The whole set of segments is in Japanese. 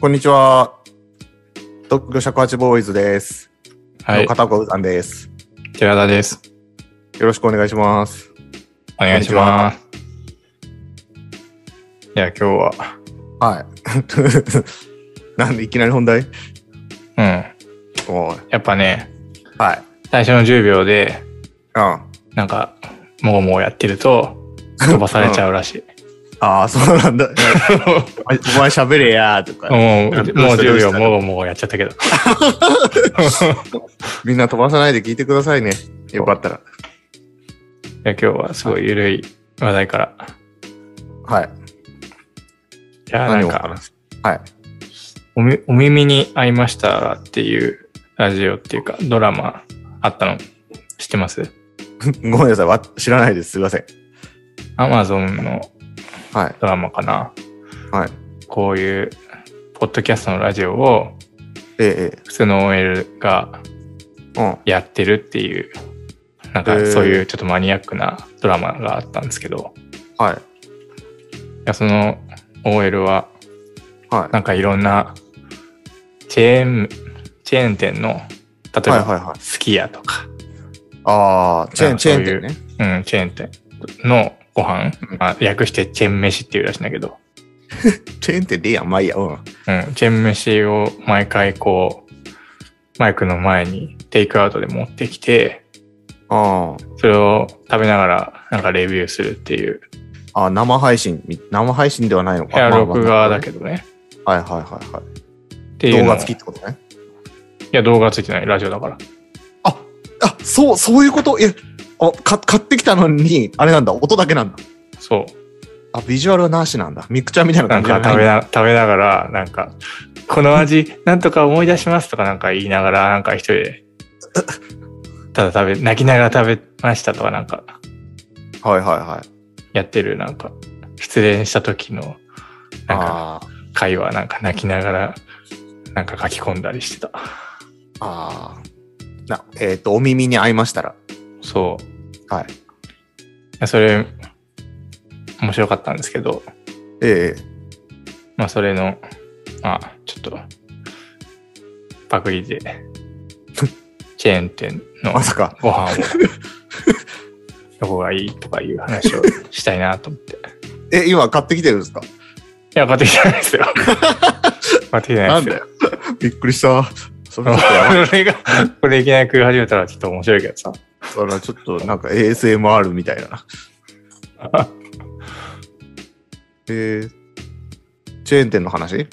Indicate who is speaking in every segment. Speaker 1: こんにちは。特許尺八ボーイズです。
Speaker 2: はい。
Speaker 1: 片岡うさんです。
Speaker 2: 寺田です。
Speaker 1: よろしくお願いします。
Speaker 2: お願いします。いや、今日は、
Speaker 1: はい。 なんでいきなり本題
Speaker 2: うん。
Speaker 1: おい。
Speaker 2: やっぱね、
Speaker 1: はい。
Speaker 2: 最初の10秒で、
Speaker 1: うん。あ
Speaker 2: なんか、もうもうやってると、飛ばされちゃうらしい。
Speaker 1: あ、そうなんだ。お前喋れやーとか。
Speaker 2: もう、
Speaker 1: どうした
Speaker 2: もう
Speaker 1: どう
Speaker 2: 10
Speaker 1: した
Speaker 2: 秒、もうもうやっちゃったけど。
Speaker 1: みんな飛ばさないで聞いてくださいね。よかったら。
Speaker 2: いや、今日はすごい緩い話題から。
Speaker 1: はい。
Speaker 2: いや、な
Speaker 1: 何
Speaker 2: ん
Speaker 1: を
Speaker 2: か、
Speaker 1: 話すはい。
Speaker 2: おみお耳に合いましたらっていうラジオっていうか、ドラマあったの、知ってます
Speaker 1: ごめんなさい。わ知らないです。すいません。
Speaker 2: アマゾンの
Speaker 1: はい。
Speaker 2: ドラマかな。
Speaker 1: はい。
Speaker 2: こういう、ポッドキャストのラジオを、
Speaker 1: え
Speaker 2: 普通の OL が
Speaker 1: え、ええ。うん。
Speaker 2: やってるっていう、なん
Speaker 1: へ
Speaker 2: か
Speaker 1: ー
Speaker 2: そういうちょっとマニアックなドラマがあったんですけど、
Speaker 1: はい。
Speaker 2: いやその OL は、
Speaker 1: はい。
Speaker 2: なんかいろんなチェーン、チェーン店の、例え
Speaker 1: はいはい
Speaker 2: ば、
Speaker 1: はい。
Speaker 2: すき家とか、
Speaker 1: ああ、チェーン、チェーン店ね。
Speaker 2: うん、チェーン店のご飯、まあ、略してチェーン飯っていうらしいんだけど、
Speaker 1: チェーン店でいいやん。まあいいや。うん。
Speaker 2: うん、チェーン飯を毎回こう、マイクの前にテイクアウトで持ってきて、
Speaker 1: あー
Speaker 2: それを食べながらなんかレビューするっていう
Speaker 1: あー、生配信み。生配信ではないの
Speaker 2: い
Speaker 1: か。
Speaker 2: や、
Speaker 1: まあまあ
Speaker 2: 録画だけどね。
Speaker 1: はいはいはいは
Speaker 2: って
Speaker 1: い。
Speaker 2: いう
Speaker 1: 動
Speaker 2: の
Speaker 1: 画付きってことね。
Speaker 2: いや、動画ついてない。ラジオだから。
Speaker 1: あ、そう、そういうこといや、あか買ってきたのに、あれなんだ、音だけなんだ。
Speaker 2: そ。
Speaker 1: あ、ビジュアルはなしなんだ。ミクチャーみたいうな
Speaker 2: なん
Speaker 1: 感じじゃないん
Speaker 2: か食べ
Speaker 1: だ。
Speaker 2: な食べながら、なんか、この味、なんとか思い出しますとかなんか言いながら、なんか一人で、ただ食べ、泣きながら食べましたとかなんか、
Speaker 1: はいはいはい。
Speaker 2: やってる、なんか、失恋した時の、なんか、
Speaker 1: あー
Speaker 2: 会話、なんか泣きながら、なんか書き込んだりしてた。
Speaker 1: あー。な、えっ、と、お耳に合いましたら。
Speaker 2: そ
Speaker 1: はい。
Speaker 2: ういや。それ、面白かったんですけど、
Speaker 1: ええ
Speaker 2: まあ、それの、あ、ちょっと、パクリで、 チェーン店の
Speaker 1: まさか。
Speaker 2: ご飯を、 どこがいいとかいう話をしたいなと思って。い
Speaker 1: え、今買ってきてるんですか
Speaker 2: や、買ってきてないですよ。買ってきてな
Speaker 1: ないん
Speaker 2: で
Speaker 1: だ
Speaker 2: すよ
Speaker 1: よ。 びっくりした。それちょっとや ばい。
Speaker 2: これが、これいきなり食い始めたらちょっと面白いけどさ。
Speaker 1: それはちょっとなんか ASMR みたいな。えー、チェーン店の話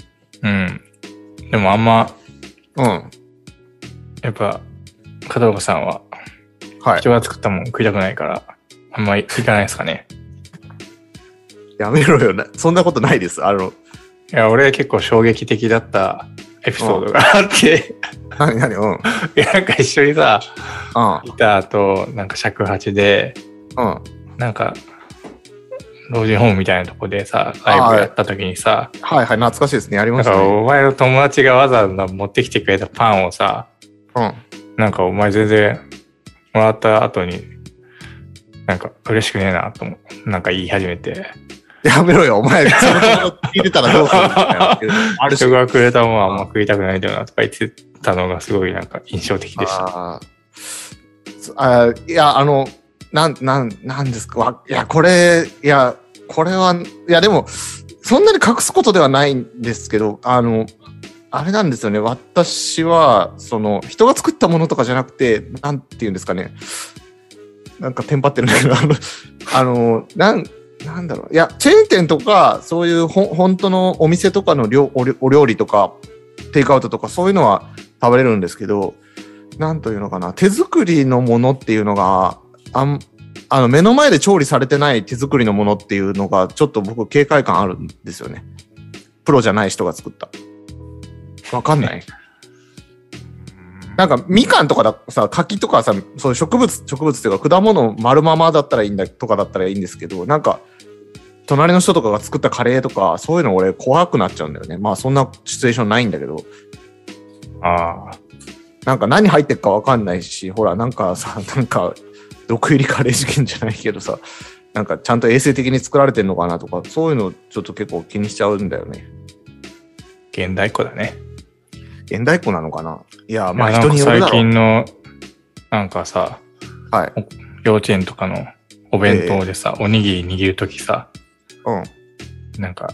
Speaker 2: うん。でもあんま、
Speaker 1: うん。は
Speaker 2: やっぱ、片岡さんは、
Speaker 1: い。
Speaker 2: 人が作ったもん食いたくないから、あんまり行かないですかね。
Speaker 1: やめろよな。そんなことないです。あの、
Speaker 2: いや、俺結構衝撃的だったエピソードがあって、
Speaker 1: なになにうん。うん。
Speaker 2: いやなんか一緒にさ、
Speaker 1: あ
Speaker 2: ギターとなんか尺八で、
Speaker 1: うん。
Speaker 2: なんか、老人ホームみたいなとこでさ、ライブやった時にさ、
Speaker 1: はいはい、懐かしいですね。やり
Speaker 2: な
Speaker 1: ま
Speaker 2: ん
Speaker 1: した
Speaker 2: か
Speaker 1: ね。
Speaker 2: お前の友達がわざわざ持ってきてくれたパンをさ、
Speaker 1: うん。
Speaker 2: なんかお前全然もらった後に、なんか嬉しくねえなと思う。なんか言い始めて。
Speaker 1: やめろよ、お前、その友達聞いてたらどうするんだよ。ある
Speaker 2: 人
Speaker 1: 種。
Speaker 2: がくれたもんはあんま食いたくないんだよなとか言ってたのがすごいなんか印象的でした。
Speaker 1: あーあー、いや、あの、なん、なん、なんですか。わいや、これ、いや、これは、いや、でも、そんなに隠すことではないんですけど、あの、あれなんですよね。私は、その、人が作ったものとかじゃなくて、なんて言うんですかね。なんかテンパってるんだけど、あの、あの、なん、なんだろう。いや、チェーン店とか、そういうほん本当のお店とかの料お料お料理とか、テイクアウトとか、そういうのは食べれるんですけど、なんというのかな、手作りのものっていうのが、あんあの目の前で調理されてない手作りのものっていうのが、ちょっと僕、警戒感あるんですよね。プロじゃない人が作った。わかんない。なんか、みかんとかださ、柿とかさ、そういう植物、植物っていうか、果物丸ままだったらいいんだとかだったらいいんですけど、なんか、隣の人とかが作ったカレーとか、そういうの俺怖くなっちゃうんだよね。まあ、そんなシチュエーションないんだけど。
Speaker 2: ああ。
Speaker 1: なんか何入ってるかわかんないし、ほら、なんかさ、 なんか、毒入りカレー事件じゃないけどさ、なんかちゃんと衛生的に作られてるのかなとか、そういうのちょっと結構気にしちゃうんだよね。
Speaker 2: 現代っ子だね。
Speaker 1: 現代っ子なのかないや、ま
Speaker 2: い
Speaker 1: あ
Speaker 2: や
Speaker 1: 人によるだろ
Speaker 2: なんか最
Speaker 1: う。
Speaker 2: 近の、なんかさ、
Speaker 1: はい。
Speaker 2: 幼稚園とかのお弁当でさ、おにぎり握るときさ、
Speaker 1: うん。
Speaker 2: なんか、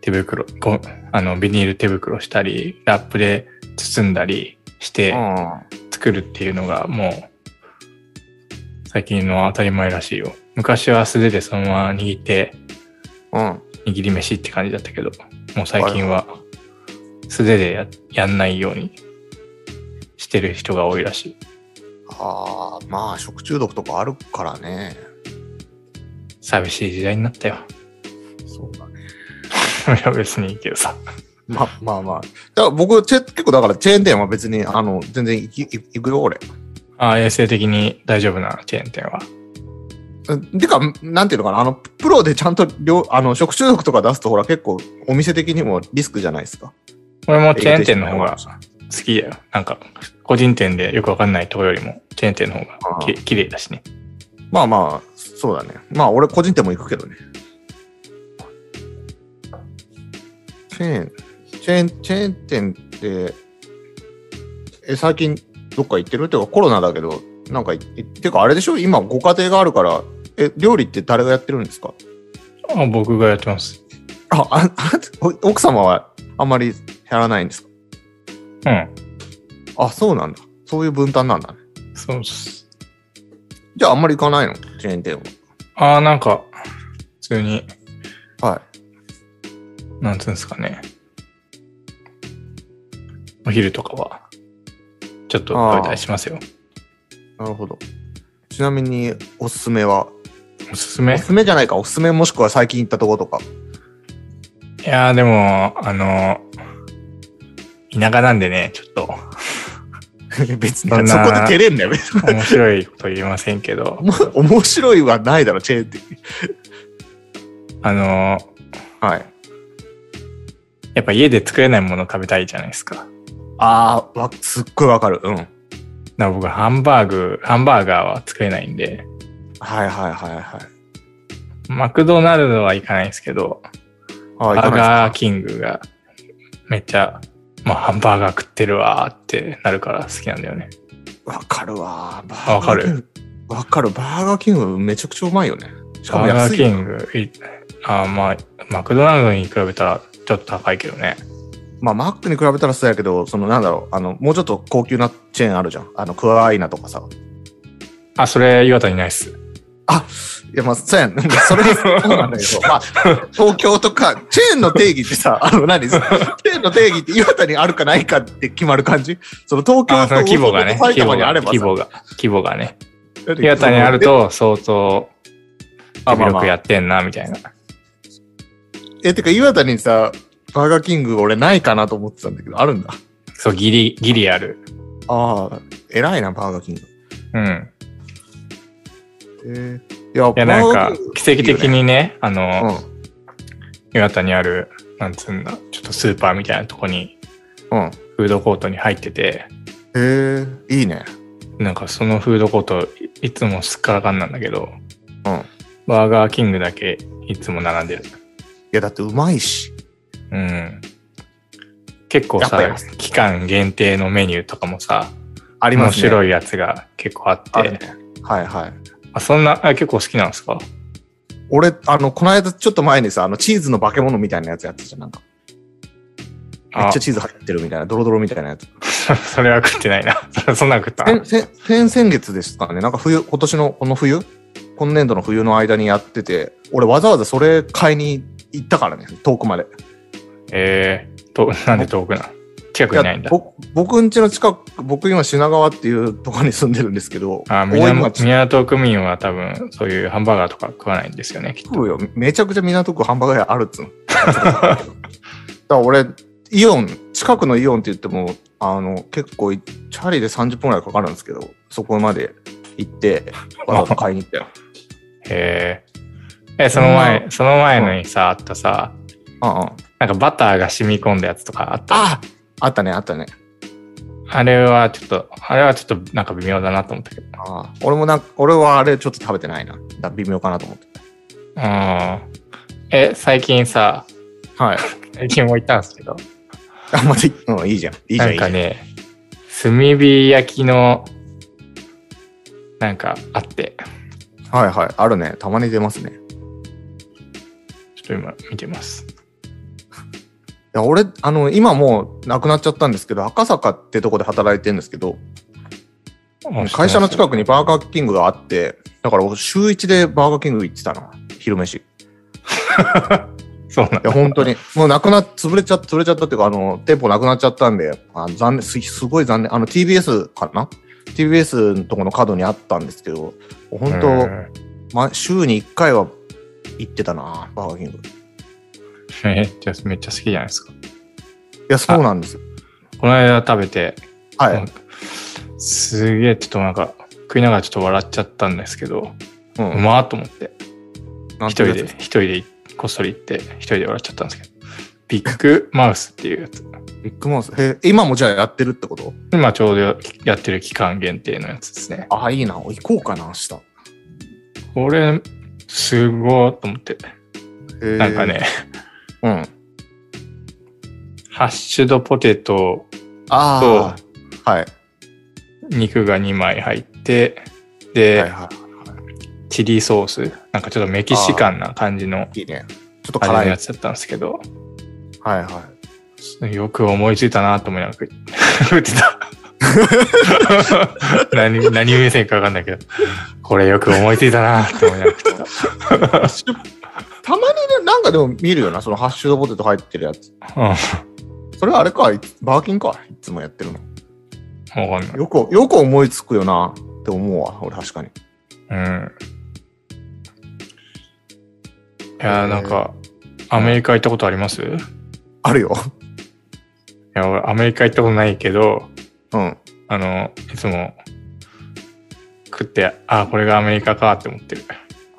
Speaker 2: 手袋、こあの、ビニール手袋したり、ラップで包んだりして
Speaker 1: う
Speaker 2: 作るっていうのがもう、最近の当たり前らしいよ。昔は素手でそのまま握って、
Speaker 1: ん。うん。
Speaker 2: 握り飯って感じだったけど、もう最近は素手でややんないようにしてる人が多いらしい。
Speaker 1: ああ、まあ食中毒とかあるからね。
Speaker 2: 寂しい時代になったよ。
Speaker 1: そうだね。
Speaker 2: いや別にいいけどさ。
Speaker 1: まあまあまあ。だから僕、チェ結構だからチェーン店は別に、あの、全然行き行行くよ、俺。
Speaker 2: あ衛生的に大丈夫なチェーン店は。
Speaker 1: うんてか、なんていうのかな、あの、プロでちゃんと料、あの、食中毒とか出すと、ほら、結構、お店的にもリスクじゃないですか。
Speaker 2: 俺もチェーン店の方が好きだよ。なんか、個人店でよくわかんないとこよりも、チェーン店の方がき綺麗だしね。
Speaker 1: まあまあ、そうだね。まあ、俺、個人店も行くけどね。チェーン、チェーン、チェーン店って、え、最近、どっか行ってるってか、コロナだけど、なんかい、いてか、あれでしょ今、ご家庭があるから、え、料理って誰がやってるんですか
Speaker 2: あ僕がやってます。
Speaker 1: あ、あ、あお奥様は、あんまりやらないんですか
Speaker 2: うん。
Speaker 1: あ、そうなんだ。そういう分担なんだね。
Speaker 2: そうっす。
Speaker 1: じゃああんまり行かないのチェーン店
Speaker 2: ああ、なんか、普通に、
Speaker 1: は。は
Speaker 2: なんつうんですかね。お昼とかは、ちょっと食べたりしますよ。
Speaker 1: い。なるほど。ちなみに、おすすめは
Speaker 2: おすすめ
Speaker 1: おすすめじゃないか、おすすめもしくは最近行ったと ことか。
Speaker 2: いやーでも、あの、田舎なんでね、ちょっと
Speaker 1: 別に、
Speaker 2: そん
Speaker 1: そ
Speaker 2: な
Speaker 1: こで照れんだよ。 別に
Speaker 2: 面白いこと言えませんけど、
Speaker 1: おも面白いはないだろ、チェーン店。
Speaker 2: あの、
Speaker 1: はい。
Speaker 2: やっぱ家で作れないもの食べたいじゃないですか。だか
Speaker 1: ああ、わすっごいわかる。うん。はい
Speaker 2: ら僕ハンバーグ、ハンバーガーは作れないんで、
Speaker 1: はいはいはい。
Speaker 2: マクドナルドはいかないんですけど、
Speaker 1: あ
Speaker 2: バ
Speaker 1: ー行かな
Speaker 2: ー
Speaker 1: い
Speaker 2: ガ
Speaker 1: で
Speaker 2: ー
Speaker 1: す
Speaker 2: キングがめっちゃ、まあハンバーガー食ってるわーってなるから好きなんだよね。
Speaker 1: かわかるわ。バー
Speaker 2: あわか
Speaker 1: ガ
Speaker 2: る
Speaker 1: ーキング。わかる。バーガーキングめちゃくちゃうまいよね。しか
Speaker 2: バ
Speaker 1: も
Speaker 2: ーガ
Speaker 1: 安
Speaker 2: ー
Speaker 1: い。
Speaker 2: キング、いあーまあ、マクドナルドに比べたらちょっと高いけどね。
Speaker 1: まあ、マックに比べたらそうやけど、そのなんだろう、あの、もうちょっと高級なチェーンあるじゃん。あの、クワアイナとかさ。
Speaker 2: あ、それ岩田にないっす。
Speaker 1: あいや、まあ、そうやん。なんかそ れがそうなんだけど、まあ、東京とか、チェーンの定義って さ、あの何、チェーンの定義って岩田にあるかないかって決まる感じその東京
Speaker 2: あそ
Speaker 1: と
Speaker 2: の規模がね、
Speaker 1: 埼
Speaker 2: 規模
Speaker 1: 玉にあ
Speaker 2: が、
Speaker 1: ればさ
Speaker 2: 規模が、規模がね。岩田にある、と相当、
Speaker 1: あまあ
Speaker 2: 手
Speaker 1: まあ
Speaker 2: 広くやってんな、みたいな。
Speaker 1: え、てか岩田にさ、バーガーキング俺ないかなと思ってたんだけど、あるんだ。
Speaker 2: そう、ギリ、ギリある。
Speaker 1: ああ、偉いな、バーガーキング。
Speaker 2: うん。
Speaker 1: えー、いや、
Speaker 2: いや、なん
Speaker 1: バー
Speaker 2: か
Speaker 1: ガーキング、
Speaker 2: 奇跡的にね、あ
Speaker 1: いい
Speaker 2: の、
Speaker 1: よね
Speaker 2: 岩田にある、なんつうんだ、ちょっとスーパーみたいなとこに、
Speaker 1: うん、うん。
Speaker 2: フードコートに入ってて、
Speaker 1: へえー、いいね。
Speaker 2: なんかそのフードコート、いいつもすっからかんなんだけど、
Speaker 1: うん。い
Speaker 2: バーガーキングだけいつも並んでる。
Speaker 1: や、だってうまいし。
Speaker 2: うん。結構さ
Speaker 1: やっぱ、
Speaker 2: 期間限定のメニューとかもさ、
Speaker 1: あり
Speaker 2: 面
Speaker 1: ますね。
Speaker 2: 白いやつが結構あって、
Speaker 1: あるね。はいはい。
Speaker 2: あ、そんな、あ結構好きなんですか
Speaker 1: 俺、あの、この間ちょっと前にさ、あの、チーズの化け物みたいなやつやってたじゃん。なんか、め
Speaker 2: あ
Speaker 1: っちゃチーズ入ってるみたいな、ドロドロみたいなやつ。
Speaker 2: それは食ってないな。 そそんなの食った
Speaker 1: 先、先、先々月ですかね。なんか冬、今年の、この冬今年度の冬の間にやってて、俺わざわざそれ買いに行ったからね、遠くまで。
Speaker 2: えー、と、なんで遠くな近くにないんだ。
Speaker 1: いやぼ僕ん家の近く、僕今品川っていうところに住んでるんですけど、
Speaker 2: あ
Speaker 1: 大井
Speaker 2: 港
Speaker 1: 町
Speaker 2: 港区民は多分、そういうハンバーガーとか食わないんですよね、きっと。
Speaker 1: 食うよ。めちゃくちゃ港区ハンバーガー屋あるっ つうの。だから俺、イオン、近くのイオンって言っても、あの、結構い、チャリで30分ぐらいかかるんですけど、そこまで行って、わざわざ買いに行った よ。
Speaker 2: えー、え、その前、その前のにさ、あったさ、
Speaker 1: ああ、
Speaker 2: なんかバターが染み込んだやつとかあった。
Speaker 1: ああったね、あったね。
Speaker 2: あれはちょっと、あれはちょっとなんか微妙だなと思ったけど。
Speaker 1: ああ俺もなんか、俺はあれちょっと食べてないな。だ微妙かなと思って。
Speaker 2: うん。え、最近さ、
Speaker 1: はい。
Speaker 2: 最近も行ったんですけど、
Speaker 1: あんまり、うん、いいじゃん。いいじゃ、
Speaker 2: なんん
Speaker 1: いいじゃ
Speaker 2: か
Speaker 1: ん。
Speaker 2: ね、炭火焼きの、なんかあって、
Speaker 1: はいはい。あるね。たまに出ますね。い
Speaker 2: ちょっと今見てます。
Speaker 1: や、俺、あの、今もう亡くなっちゃったんですけど、赤坂ってとこで働いてるんですけど、会社の近くにバーガーキングがあって、だから俺週1でバーガーキング行ってたな。昼飯。い
Speaker 2: そうなん
Speaker 1: や、本当に。もうなくなっ、潰れちゃ、潰れちゃったっていうか、あの、店舗なくなっちゃったんで、あの残念す、すごい残念。あの、TBS かな ?TBS のとこの角にあったんですけど、本当、ま、週に1回は行ってたな、バーガーキング。い
Speaker 2: 当。えじゃあめっちゃ好きじゃないですか。
Speaker 1: や、そうなんですよ。
Speaker 2: この間食べて、
Speaker 1: は
Speaker 2: なん
Speaker 1: い。
Speaker 2: かすげえちょっとなんか食いながらちょっと笑っちゃったんですけど、
Speaker 1: う
Speaker 2: うまーっと思って、
Speaker 1: な
Speaker 2: 一
Speaker 1: んてい
Speaker 2: 人
Speaker 1: うやつ
Speaker 2: で、
Speaker 1: す
Speaker 2: 一人でこっそり行って、一人で笑っちゃったんですけど、ビッグマウスっていうやつ。
Speaker 1: ビッグマウス。へえ今もじゃあやってるってこと
Speaker 2: 今ちょうどやってる期間限定のやつですね。
Speaker 1: あ、いいな。行こうかな、明日。
Speaker 2: これ、すごいと思って。
Speaker 1: へえ
Speaker 2: なんか。ね、
Speaker 1: うん。
Speaker 2: ハッシュドポテト、
Speaker 1: ああ。はい。
Speaker 2: 肉が2枚入って、
Speaker 1: はい
Speaker 2: で、
Speaker 1: は
Speaker 2: チリソース、なんかちょっとメキシカンな感じの
Speaker 1: い。いいね。ちょっと
Speaker 2: 味の
Speaker 1: 辛い
Speaker 2: や
Speaker 1: やつ。
Speaker 2: つだったんですけど、
Speaker 1: はいはい。
Speaker 2: よく思いついたなと思いながら 食い食っ てた。何何目線か分かんないけど、これよく思いついたなと思いながら食って
Speaker 1: たまにね、なんかでも見るよな、そのハッシュドポテト入ってるやつ。
Speaker 2: た。うん、わ
Speaker 1: それはあれか、いバーキンか。いつもやってるの。
Speaker 2: かんない。
Speaker 1: よく、よく思いつくよな、って思うわ。俺確かに。
Speaker 2: うん。いやーなんか、アメリカ行ったことありますい
Speaker 1: あるよ。
Speaker 2: や、俺、アメリカ行ったことないけど、
Speaker 1: うん。
Speaker 2: あの、いつも食って、あ、これがアメリカかって思ってる。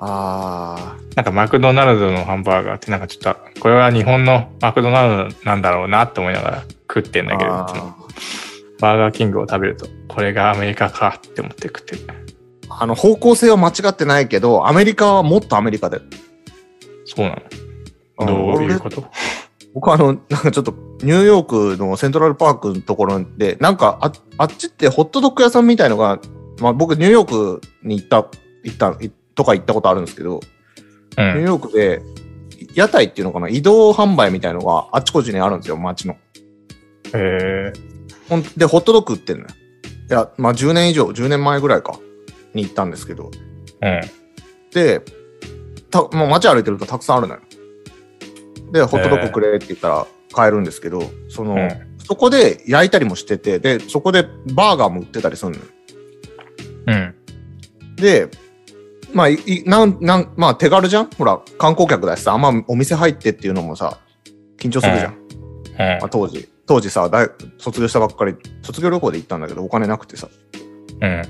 Speaker 1: あ
Speaker 2: なんかマクドナルドのハンバーガーってなんかちょっと、これは日本のマクドナルドなんだろうなって思いながら食ってん
Speaker 1: ー
Speaker 2: だけど、いつも
Speaker 1: あー。
Speaker 2: バーガーキングを食べると、これがアメリカかって思って食ってる。
Speaker 1: あの、方向性は間違ってないけど、アメリカはもっとアメリカで。
Speaker 2: そうな
Speaker 1: うん
Speaker 2: のどういうこと
Speaker 1: 僕あの、なんかちょっと、ニューヨークのセントラルパークのところで、なんかあ、あっちってホットドッグ屋さんみたいのが、まあ僕ニューヨークに行った、行った、いとか行ったことあるんですけど、
Speaker 2: う
Speaker 1: ニュー
Speaker 2: ん。
Speaker 1: ヨークで、屋台っていうのかな、移動販売みたいのがあっちこっちにあるんですよ、街の。
Speaker 2: え
Speaker 1: ほんで、ホットドッグ売ってんのよ。いや、まあ10年以上、10年前ぐらいか、に行ったんですけど、
Speaker 2: ー、
Speaker 1: で、たもう街歩いてるとたくさんあるのよ。で、ホットドッグくれって言ったら買えるんですけど、その、
Speaker 2: うん。うん。
Speaker 1: そこで焼いたりもしてて、で、そこでバーガーも売ってたりするのよ。
Speaker 2: うん。
Speaker 1: で、まあ、いいなん、なん、まあ手軽じゃんほら、観光客だしさ、あんまお店入ってっていうのもさ、緊張するじゃん。
Speaker 2: うん
Speaker 1: まあ、当時。当時さ大、卒業したばっかり、卒業旅行で行ったんだけど、お金なくてさ。
Speaker 2: うん。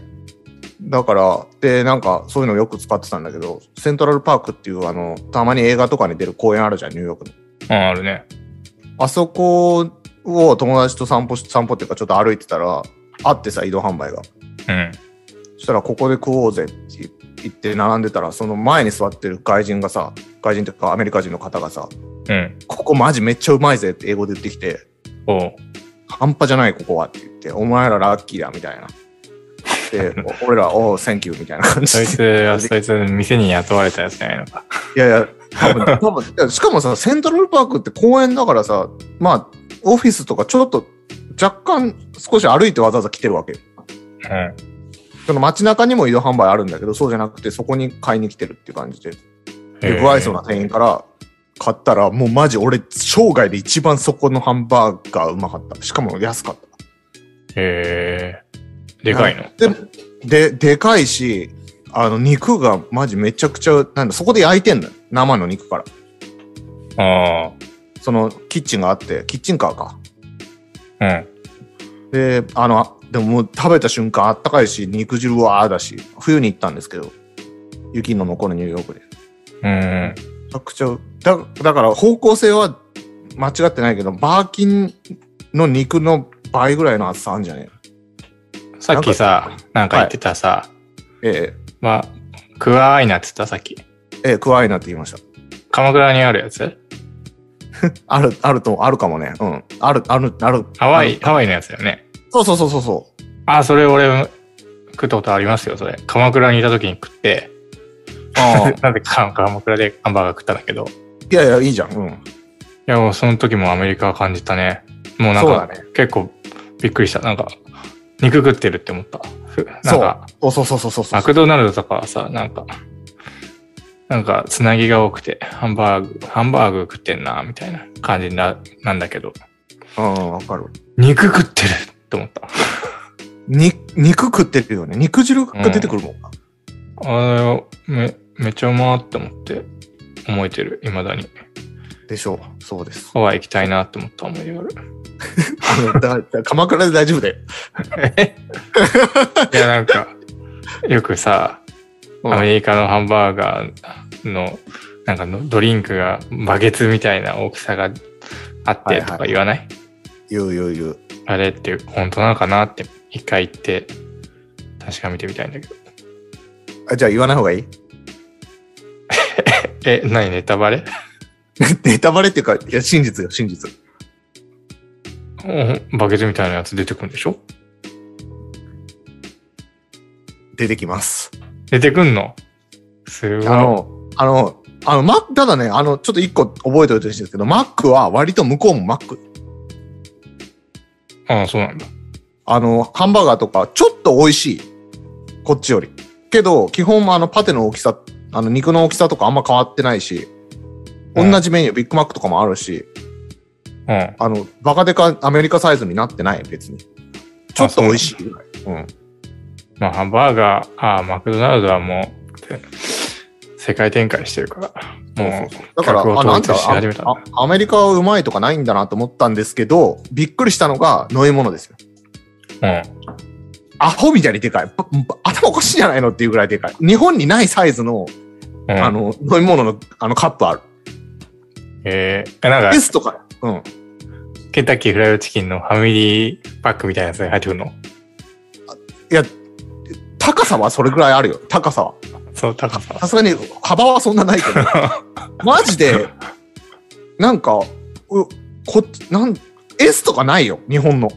Speaker 1: だから、で、なんか、そういうのよく使ってたんだけど、セントラルパークっていう、あの、たまに映画とかに出る公園あるじゃん、ニューヨークの。
Speaker 2: うんあるね。
Speaker 1: あそこを友達と散歩し、散歩っていうか、ちょっと歩いてたら、あってさ、移動販売が。
Speaker 2: うん。
Speaker 1: そしたら、ここで食おうぜって言って並んでたら、その前に座ってる外人がさ、外人っていうかアメリカ人の方がさ、
Speaker 2: うん。
Speaker 1: ここマジめっちゃうまいぜって英語で言ってきて、
Speaker 2: おう。
Speaker 1: 半端じゃないここはって言って、お前らラッキーだみたいな。で、 お俺ら、おう、センキューみたいな感じ
Speaker 2: そいつ
Speaker 1: で。
Speaker 2: は、そいつ、店に雇われたやつじゃないのか。
Speaker 1: いやいや、多分、多分いや、しかもさ、セントラルパークって公園だからさ、まあ、オフィスとかちょっと若干少し歩いてわざわざ来てるわけよ。
Speaker 2: うん。
Speaker 1: その街中にも移動販売あるんだけど、そうじゃなくてそこに買いに来てるっていう感じで。で、不愛想な店員から買ったら、もうマジ俺、生涯で一番そこのハンバーガーうまかった。しかも安かった。
Speaker 2: へえ。でかいの。
Speaker 1: で、で、でかいし、あの、肉がマジめちゃくちゃ、なんだ、そこで焼いてんのよ。生の肉から。
Speaker 2: あ
Speaker 1: その、キッチンがあって、キッチンカーか。
Speaker 2: あ。うん。
Speaker 1: で、あの、でももう食べた瞬間あったかいし、肉汁わーだし、冬に行ったんですけど、雪の残るニューヨークで。め
Speaker 2: うん。
Speaker 1: ちゃくちゃ、だだから方向性は間違ってないけど、バーキンの肉の倍ぐらいの厚さあるんじゃね
Speaker 2: さっきさ、なんか言ってたさ、
Speaker 1: ええ
Speaker 2: まあ、クワアイナって言ったさっき。
Speaker 1: ええ、ええ、クワイナって言いました。
Speaker 2: 鎌倉にあるやつ
Speaker 1: ある、あると、あるかもね。うん。ある、ある、ある。
Speaker 2: ハワ
Speaker 1: あ
Speaker 2: イ、
Speaker 1: る
Speaker 2: ハワイのやつだよね。
Speaker 1: そうそうそうそうそ
Speaker 2: あ、それ俺、食ったことありますよ、それ。鎌倉にいた時に食って、
Speaker 1: う。ああ。い
Speaker 2: なんでか鎌倉でハンバーガー食ったんだけど。い
Speaker 1: や いや、いいじゃん。うん。
Speaker 2: や、もうその時もアメリカは感じたね。もうなん
Speaker 1: そうだ
Speaker 2: か、結構びっくりした。なんか、肉食ってるって思った。ふなんか、
Speaker 1: そうそうそうそうそうそう
Speaker 2: マ。クドナルドとかはさ、なんか、なんか、つなぎが多くて、ハンバーグ、ハンバーグ食ってんな、みたいな感じな、なんだけど、
Speaker 1: うん、わかる。
Speaker 2: 肉食ってるって思った。
Speaker 1: に、肉食ってるよね。肉汁が出てくるもんな。
Speaker 2: あれめ、めちゃうまーって思って、思えてる、未だに。
Speaker 1: でしょう。そうです。
Speaker 2: ハワイ行きたいなって思った思いがある。
Speaker 1: あのだだ鎌倉で大丈夫だよ。
Speaker 2: いや、なんか、よくさ、
Speaker 1: うん
Speaker 2: アメリカのハンバーガーの、なんかのドリンクがバケツみたいな大きさがあっ
Speaker 1: はいは
Speaker 2: て
Speaker 1: い
Speaker 2: とか言わない、
Speaker 1: 言う言う言う。
Speaker 2: あれって本当なのかなって一回言って確かめてみたいんだけど。
Speaker 1: あ、じゃあ言わない方がい い
Speaker 2: え、何ネタバレ
Speaker 1: ネタバレっていうか、いや、真実よ、真実。
Speaker 2: うんバケツみたいなやつ出てくるんでしょ
Speaker 1: 出てきます。
Speaker 2: 出てくんのすごい。
Speaker 1: あの、あの、あの、マック、ただね、あの、ちょっと一個覚えておいてほしいんですけど、マックは割と向こうもマック。
Speaker 2: あそうなんだ。
Speaker 1: あの、ハンバーガーとか、ちょっと美味しい。こっちより。けど、基本、あの、パテの大きさ、あの、肉の大きさとかあんま変わってないし、
Speaker 2: うん
Speaker 1: 同じメニュー、ビッグマックとかもあるし、
Speaker 2: うん。
Speaker 1: あの、バカデカアメリカサイズになってない、別に。ちょっと美味しいぐらい。うん。
Speaker 2: まあ、ハンバーガー、ああ、マクドナルドはもう、世界展開してるから、もう、
Speaker 1: だから、
Speaker 2: 客を
Speaker 1: あ、なん
Speaker 2: 統
Speaker 1: か
Speaker 2: 一し始めたんだ
Speaker 1: ああアメリカはうまいとかないんだなと思ったんですけど、びっくりしたのが飲み物ですよ。
Speaker 2: うん。
Speaker 1: アホみたいにでかい。ばば頭おかしいんじゃないのっていうぐらいでかい。日本にないサイズの、
Speaker 2: うん、
Speaker 1: あの、飲み物の、あの、カップある。
Speaker 2: えー、なん
Speaker 1: ベ
Speaker 2: か、
Speaker 1: スとか。うん。
Speaker 2: ケンタッキーフライドチキンのファミリーパックみたいなやつが入ってくるの
Speaker 1: いや、高さはそれぐらいあるよ。高さは。
Speaker 2: その 高さ。
Speaker 1: さすがに幅はそんなないけ ど。マジで、なんか、うこっち、なん、S とかないよ。日本の。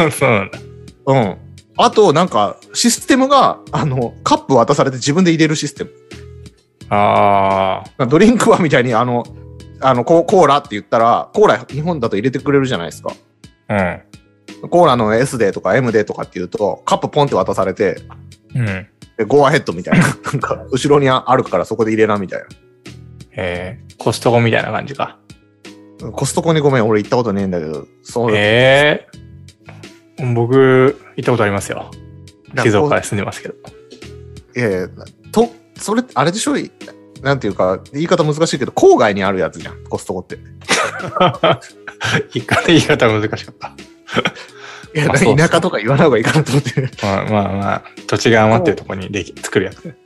Speaker 2: うん、そうなんだ。
Speaker 1: うん。あと、なんか、システムが、あの、カップ渡されて自分で入れるシステム。
Speaker 2: あ
Speaker 1: ドリンクはみたいに、あの、あのココーラって言ったら、コーラ日本だと入れてくれるじゃないですか。
Speaker 2: あ、
Speaker 1: コーラの S でとか M でとかっていうと、カップポンって渡されて、
Speaker 2: うん。うん。
Speaker 1: でゴーアヘッドみたいな。 なんか、後ろにああるからそこで入れなみたい
Speaker 2: えー、コストコみたいな感じか。
Speaker 1: な。コストコにごめん、俺行ったことねえんだけど、そう、
Speaker 2: えー、僕、行ったことありますよ。
Speaker 1: なんか
Speaker 2: 静岡で住んでま すけど。
Speaker 1: いやいや、と、それ、あれでしょいなんていうか、言い方難しいけど、郊外にあるやつじゃん、コストコって。い
Speaker 2: 言い方、言い方難しかった。
Speaker 1: や、
Speaker 2: まあそうそう
Speaker 1: 田舎とか言わない方がいいかなと思って。
Speaker 2: まあまあまあ、土地が余ってるとこにでき作るやつね。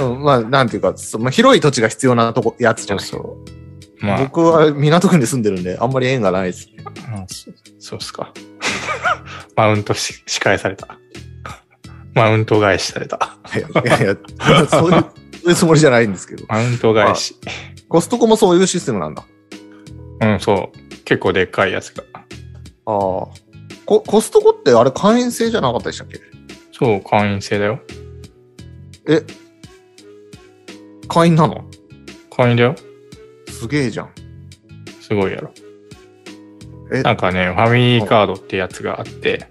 Speaker 1: うん、まあ、なんていうか、そまあ、広い土地が必要なとこ、やつじゃない。
Speaker 2: そう。まあ、
Speaker 1: 僕は港区に住んでるんで、あんまり縁がないですね。
Speaker 2: うんそそうっすか。 マウントし仕返された。マウント返しされた。
Speaker 1: いやいや、 そういう、そういうつもりじゃないんですけど。
Speaker 2: マウント返し。
Speaker 1: コストコもそういうシステムなんだ。
Speaker 2: うん、そう。結構でっかいやつが。
Speaker 1: ああ。ココストコってあれ会員制じゃなかったでしたっけ
Speaker 2: そう、会員制だよ。
Speaker 1: 会員なの
Speaker 2: 会員だよ。
Speaker 1: すげえじゃん。
Speaker 2: すごいやろ。
Speaker 1: え
Speaker 2: なんかね、ファミリーカードってやつがあって、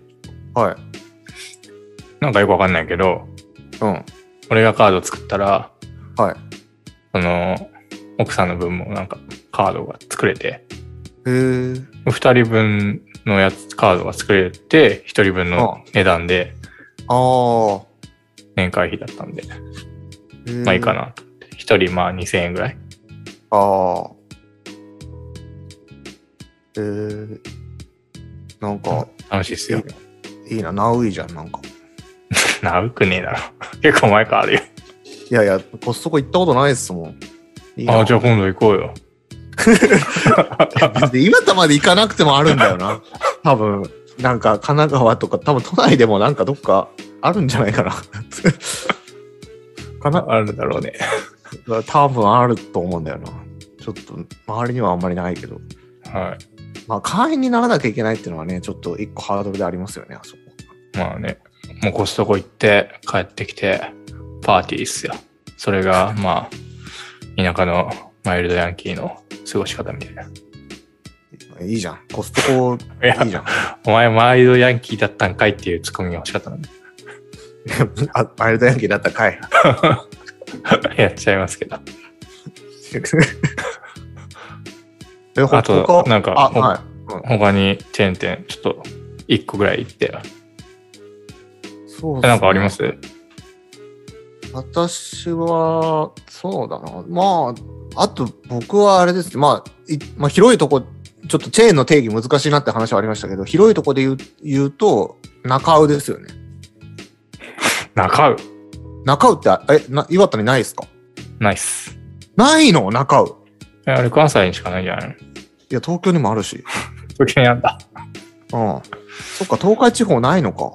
Speaker 1: はい。
Speaker 2: なんかよくわかんないけど、
Speaker 1: うん。
Speaker 2: 俺がカード作ったら、
Speaker 1: はい。
Speaker 2: その、奥さんの分もなんかカードが作れて、
Speaker 1: へえ。
Speaker 2: 二人分のやつ、カードが作れて、一人分の値段で
Speaker 1: ああ。
Speaker 2: 年会費だったんで、
Speaker 1: へー
Speaker 2: まあいいか。なと思って。一人まあ2000円ぐらい。
Speaker 1: ああ。へえ。なんか、
Speaker 2: 楽しいっすよ。
Speaker 1: いいな、ナウイじゃん、なんか。
Speaker 2: なうくねえだろ。 結構前からあるよ。
Speaker 1: いやいや、コストコ行ったことないですもん。いいな
Speaker 2: ああ、じゃあ今度行こうよ。
Speaker 1: で岩手まで行かなくてもあるんだよな。 多分、なんか神奈川とか、多分都内でもなんかどっかあるんじゃない かな。かな
Speaker 2: あるだろうね。
Speaker 1: 多分あると思うんだよな。ちょっちょっと周りにはあんまりないけど、
Speaker 2: は
Speaker 1: まあ会員にならなきゃいけないっていうのはね、ちょっと一個ハードルでありますよね、あそこ。
Speaker 2: い。まあね、もうコストコ行って帰ってきてパーティーっすよ。それが、まあ、田舎のマイルドヤンキーの過ごし方みたいな。
Speaker 1: い
Speaker 2: い
Speaker 1: いじゃん。コストコ
Speaker 2: や
Speaker 1: いいじゃん。
Speaker 2: お前マイルドヤンキーだったんかいっていうツッコミが欲しかったので、
Speaker 1: あマイルドヤンキーだったかい。
Speaker 2: やっちゃいますけど。
Speaker 1: え、ほ
Speaker 2: あと
Speaker 1: 他
Speaker 2: なんか
Speaker 1: あ、
Speaker 2: ほ
Speaker 1: は
Speaker 2: 他にチェーン店、ちょっと一個ぐらい行って。
Speaker 1: い。そうっすね
Speaker 2: なんかあります
Speaker 1: 私は、そうだな。まあ、あと僕はあれですね。まあ、いまあ、広いとこ、ちょっとチェーンの定義難しいなって話はありましたけど、広いとこで言う言うと、中尾ですよね。
Speaker 2: 中尾。
Speaker 1: 中尾って、え、な岩手にないですか
Speaker 2: ナイス。
Speaker 1: ないの中尾。
Speaker 2: えあれ関西にしかないんじゃないの
Speaker 1: いや、東京にもあるし。
Speaker 2: 東京にあった。
Speaker 1: うん。そっか、東海地方ないのか。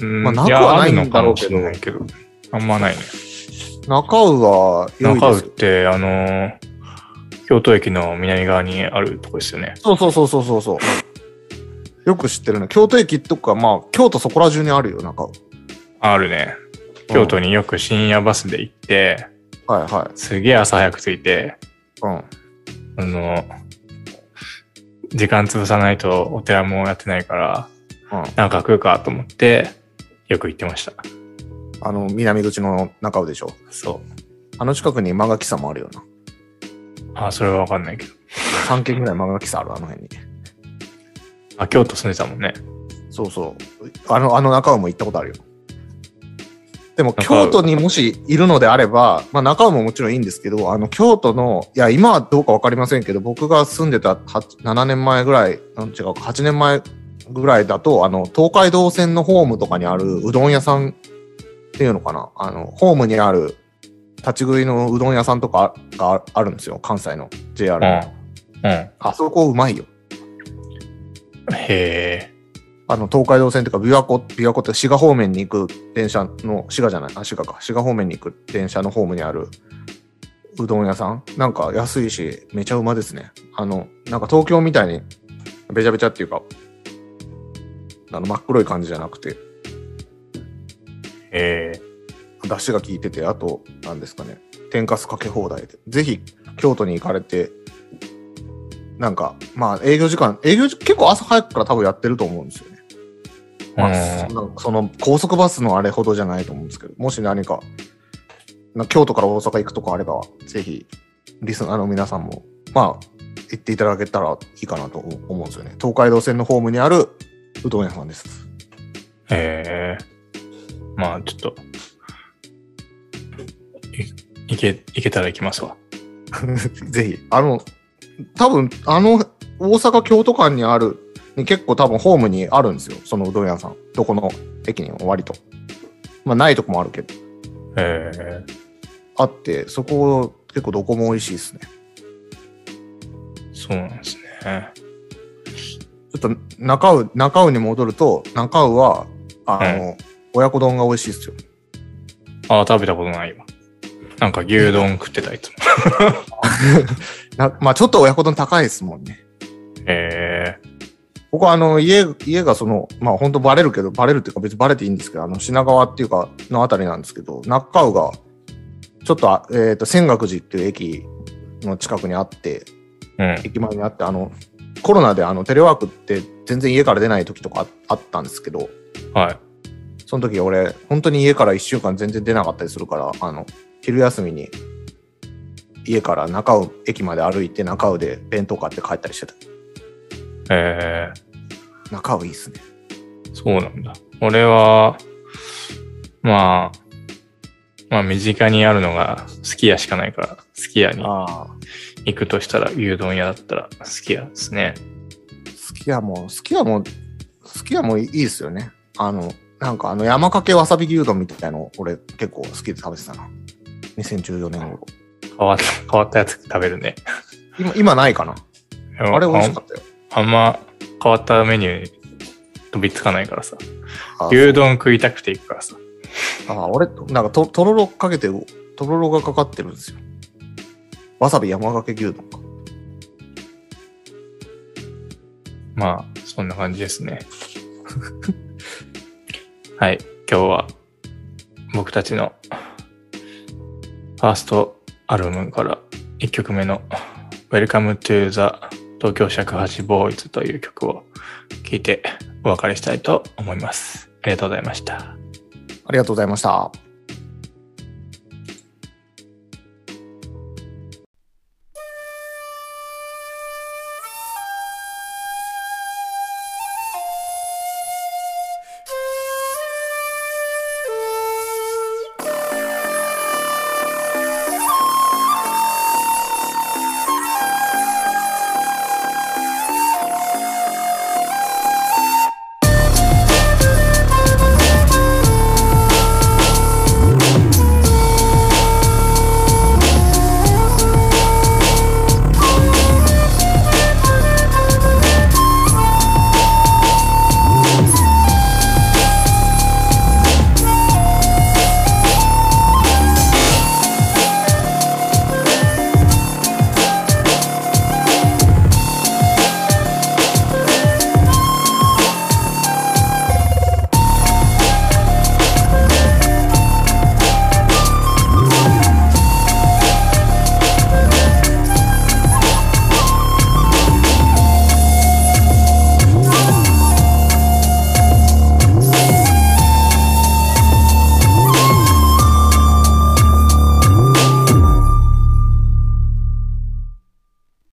Speaker 2: うん
Speaker 1: まあなくはないんだろうけど
Speaker 2: いやあるのかもしれないけど。あんまないね。
Speaker 1: 中尾は良い
Speaker 2: 中
Speaker 1: で
Speaker 2: 尾っ
Speaker 1: す。
Speaker 2: て、あのー京都駅の南側にあるとこですよね。
Speaker 1: そうそうそうそうそうそう。よく知ってるね。京都駅とか、まあ、京都そこら中にあるよ、中尾。
Speaker 2: あるね。京都によく深夜バスで行って、
Speaker 1: はいは
Speaker 2: すげえ朝早く着いて、
Speaker 1: い。うん。
Speaker 2: あの、時間潰さないとお寺もやってないから、
Speaker 1: うん
Speaker 2: なんか食うかと思って、よく行ってました。
Speaker 1: あの、南口の中尾でしょ。
Speaker 2: そ
Speaker 1: あの近くに漫画喫茶もあるよな。
Speaker 2: う。あ、それはわかんないけど。
Speaker 1: 3軒ぐらい漫画喫茶ある、あの辺に。
Speaker 2: あ、京都住んでたもんね。
Speaker 1: そうそう。あの、あの中尾も行ったことあるよ。でも、
Speaker 2: 中尾
Speaker 1: 京都にもしいるのであれば、まあ中尾ももちろんいいんですけど、あの、京都の、いや、今はどうかわかりませんけど、僕が住んでたは7年前ぐらい、うん違う、8年前ぐらいだと、あの、東海道線のホームとかにあるうどん屋さんっていうのかな。あの、ホームにある立ち食いのうどん屋さんとかがあるんですよ、関西の JR
Speaker 2: う
Speaker 1: の。
Speaker 2: ん。うん。
Speaker 1: あそこうまいよ。
Speaker 2: へえ。
Speaker 1: あの、東海道線とか、琵琶湖、琵琶湖って滋賀方面に行く電車の、滋賀じゃない、あ、滋賀か。滋賀方面に行く電車のホームにあるうどん屋さん。なんか安いし、めちゃうまですね。あの、なんか東京みたいに、べちゃべちゃっていうか、あの、真っ黒い感じじゃなくて、
Speaker 2: へ
Speaker 1: 出汁が効いてて、あと、なんですかね、天かすかけ放題で。ぜひ、京都に行かれて、なんか、まあ、営業時間、営業時結構朝早くから多分やってると思うんですよね。
Speaker 2: え。
Speaker 1: まあ
Speaker 2: うん
Speaker 1: そのその高速バスのあれほどじゃないと思うんですけど、もし何か、な京都から大阪行くとかあれば、ぜひ、リスナーの皆さんも、まあ、行っていただけたらいいかなと思思うんですよね。東海道線のホームにあるうどん屋さんです。
Speaker 2: へえ。まあ、ちょっと、いいけ、いけたら行きますわ。
Speaker 1: ぜひ、あの、多分あの、大阪京都間にある、に結構多分ホームにあるんですよ。そのうどん屋さん。どこの駅にも割と。まあ、ないとこもあるけど、
Speaker 2: へえ。
Speaker 1: あって、そこ結構どこも美味しいですね。
Speaker 2: そうなんですね。
Speaker 1: ちょっと中尾、中尾に戻ると、中尾は、あの、親子丼が美味しいですよ。
Speaker 2: ああ、食べたことないわ。なんか牛丼食ってたいつも。
Speaker 1: なまあちょっと親子丼高いですもんね。
Speaker 2: へえ。
Speaker 1: 僕はあの、家、家がその、まあ本当バレるけど、バレるっていうか別にバレていいんですけど、あの、品川っていうか、のあたりなんですけど、中尾が、ちょっとあ、えっ、と、仙岳寺っていう駅の近くにあって、
Speaker 2: うん。
Speaker 1: 駅前にあって、あの、コロナであの、テレワークって全然家から出ない時とかああったんですけど、
Speaker 2: はい。
Speaker 1: その時俺、本当に家から1週間全然出なかったりするから、あの、昼休みに、家から中尾駅まで歩いて中尾で弁当買って帰ったりしてた。
Speaker 2: へえ。
Speaker 1: 中尾いいっすね。
Speaker 2: そうなんだ。俺は、まあ、まあ身近にあるのが、すき家しかないから、すき家に
Speaker 1: ああ。
Speaker 2: 行くとしたら、牛丼屋だったら、すき家ですね。
Speaker 1: すき家も、すき家も、すき家もいいっすよね。あの、なんかあの山かけわさび牛丼みたいの俺結構好きで食べてたな。2014年頃。
Speaker 2: 変わった、変わったやつ食べるね。
Speaker 1: 今、今ないかな。あれ美味しかったよ。
Speaker 2: あんま変わったメニューに飛びつかないからさ。
Speaker 1: あ
Speaker 2: 牛丼食いたくて行くからさ。
Speaker 1: あ、俺、なんかと、とろろかけて、とろろがかかってるんですよ。わさび山かけ牛丼か。
Speaker 2: まあ、そんな感じですね。 はい、今日は僕たちのファーストアルバムから1曲目の Welcome to the 東京尺八ボーイズという曲を聴いてお別れしたいと思います。ありがとうございました。
Speaker 1: ありがとうございました。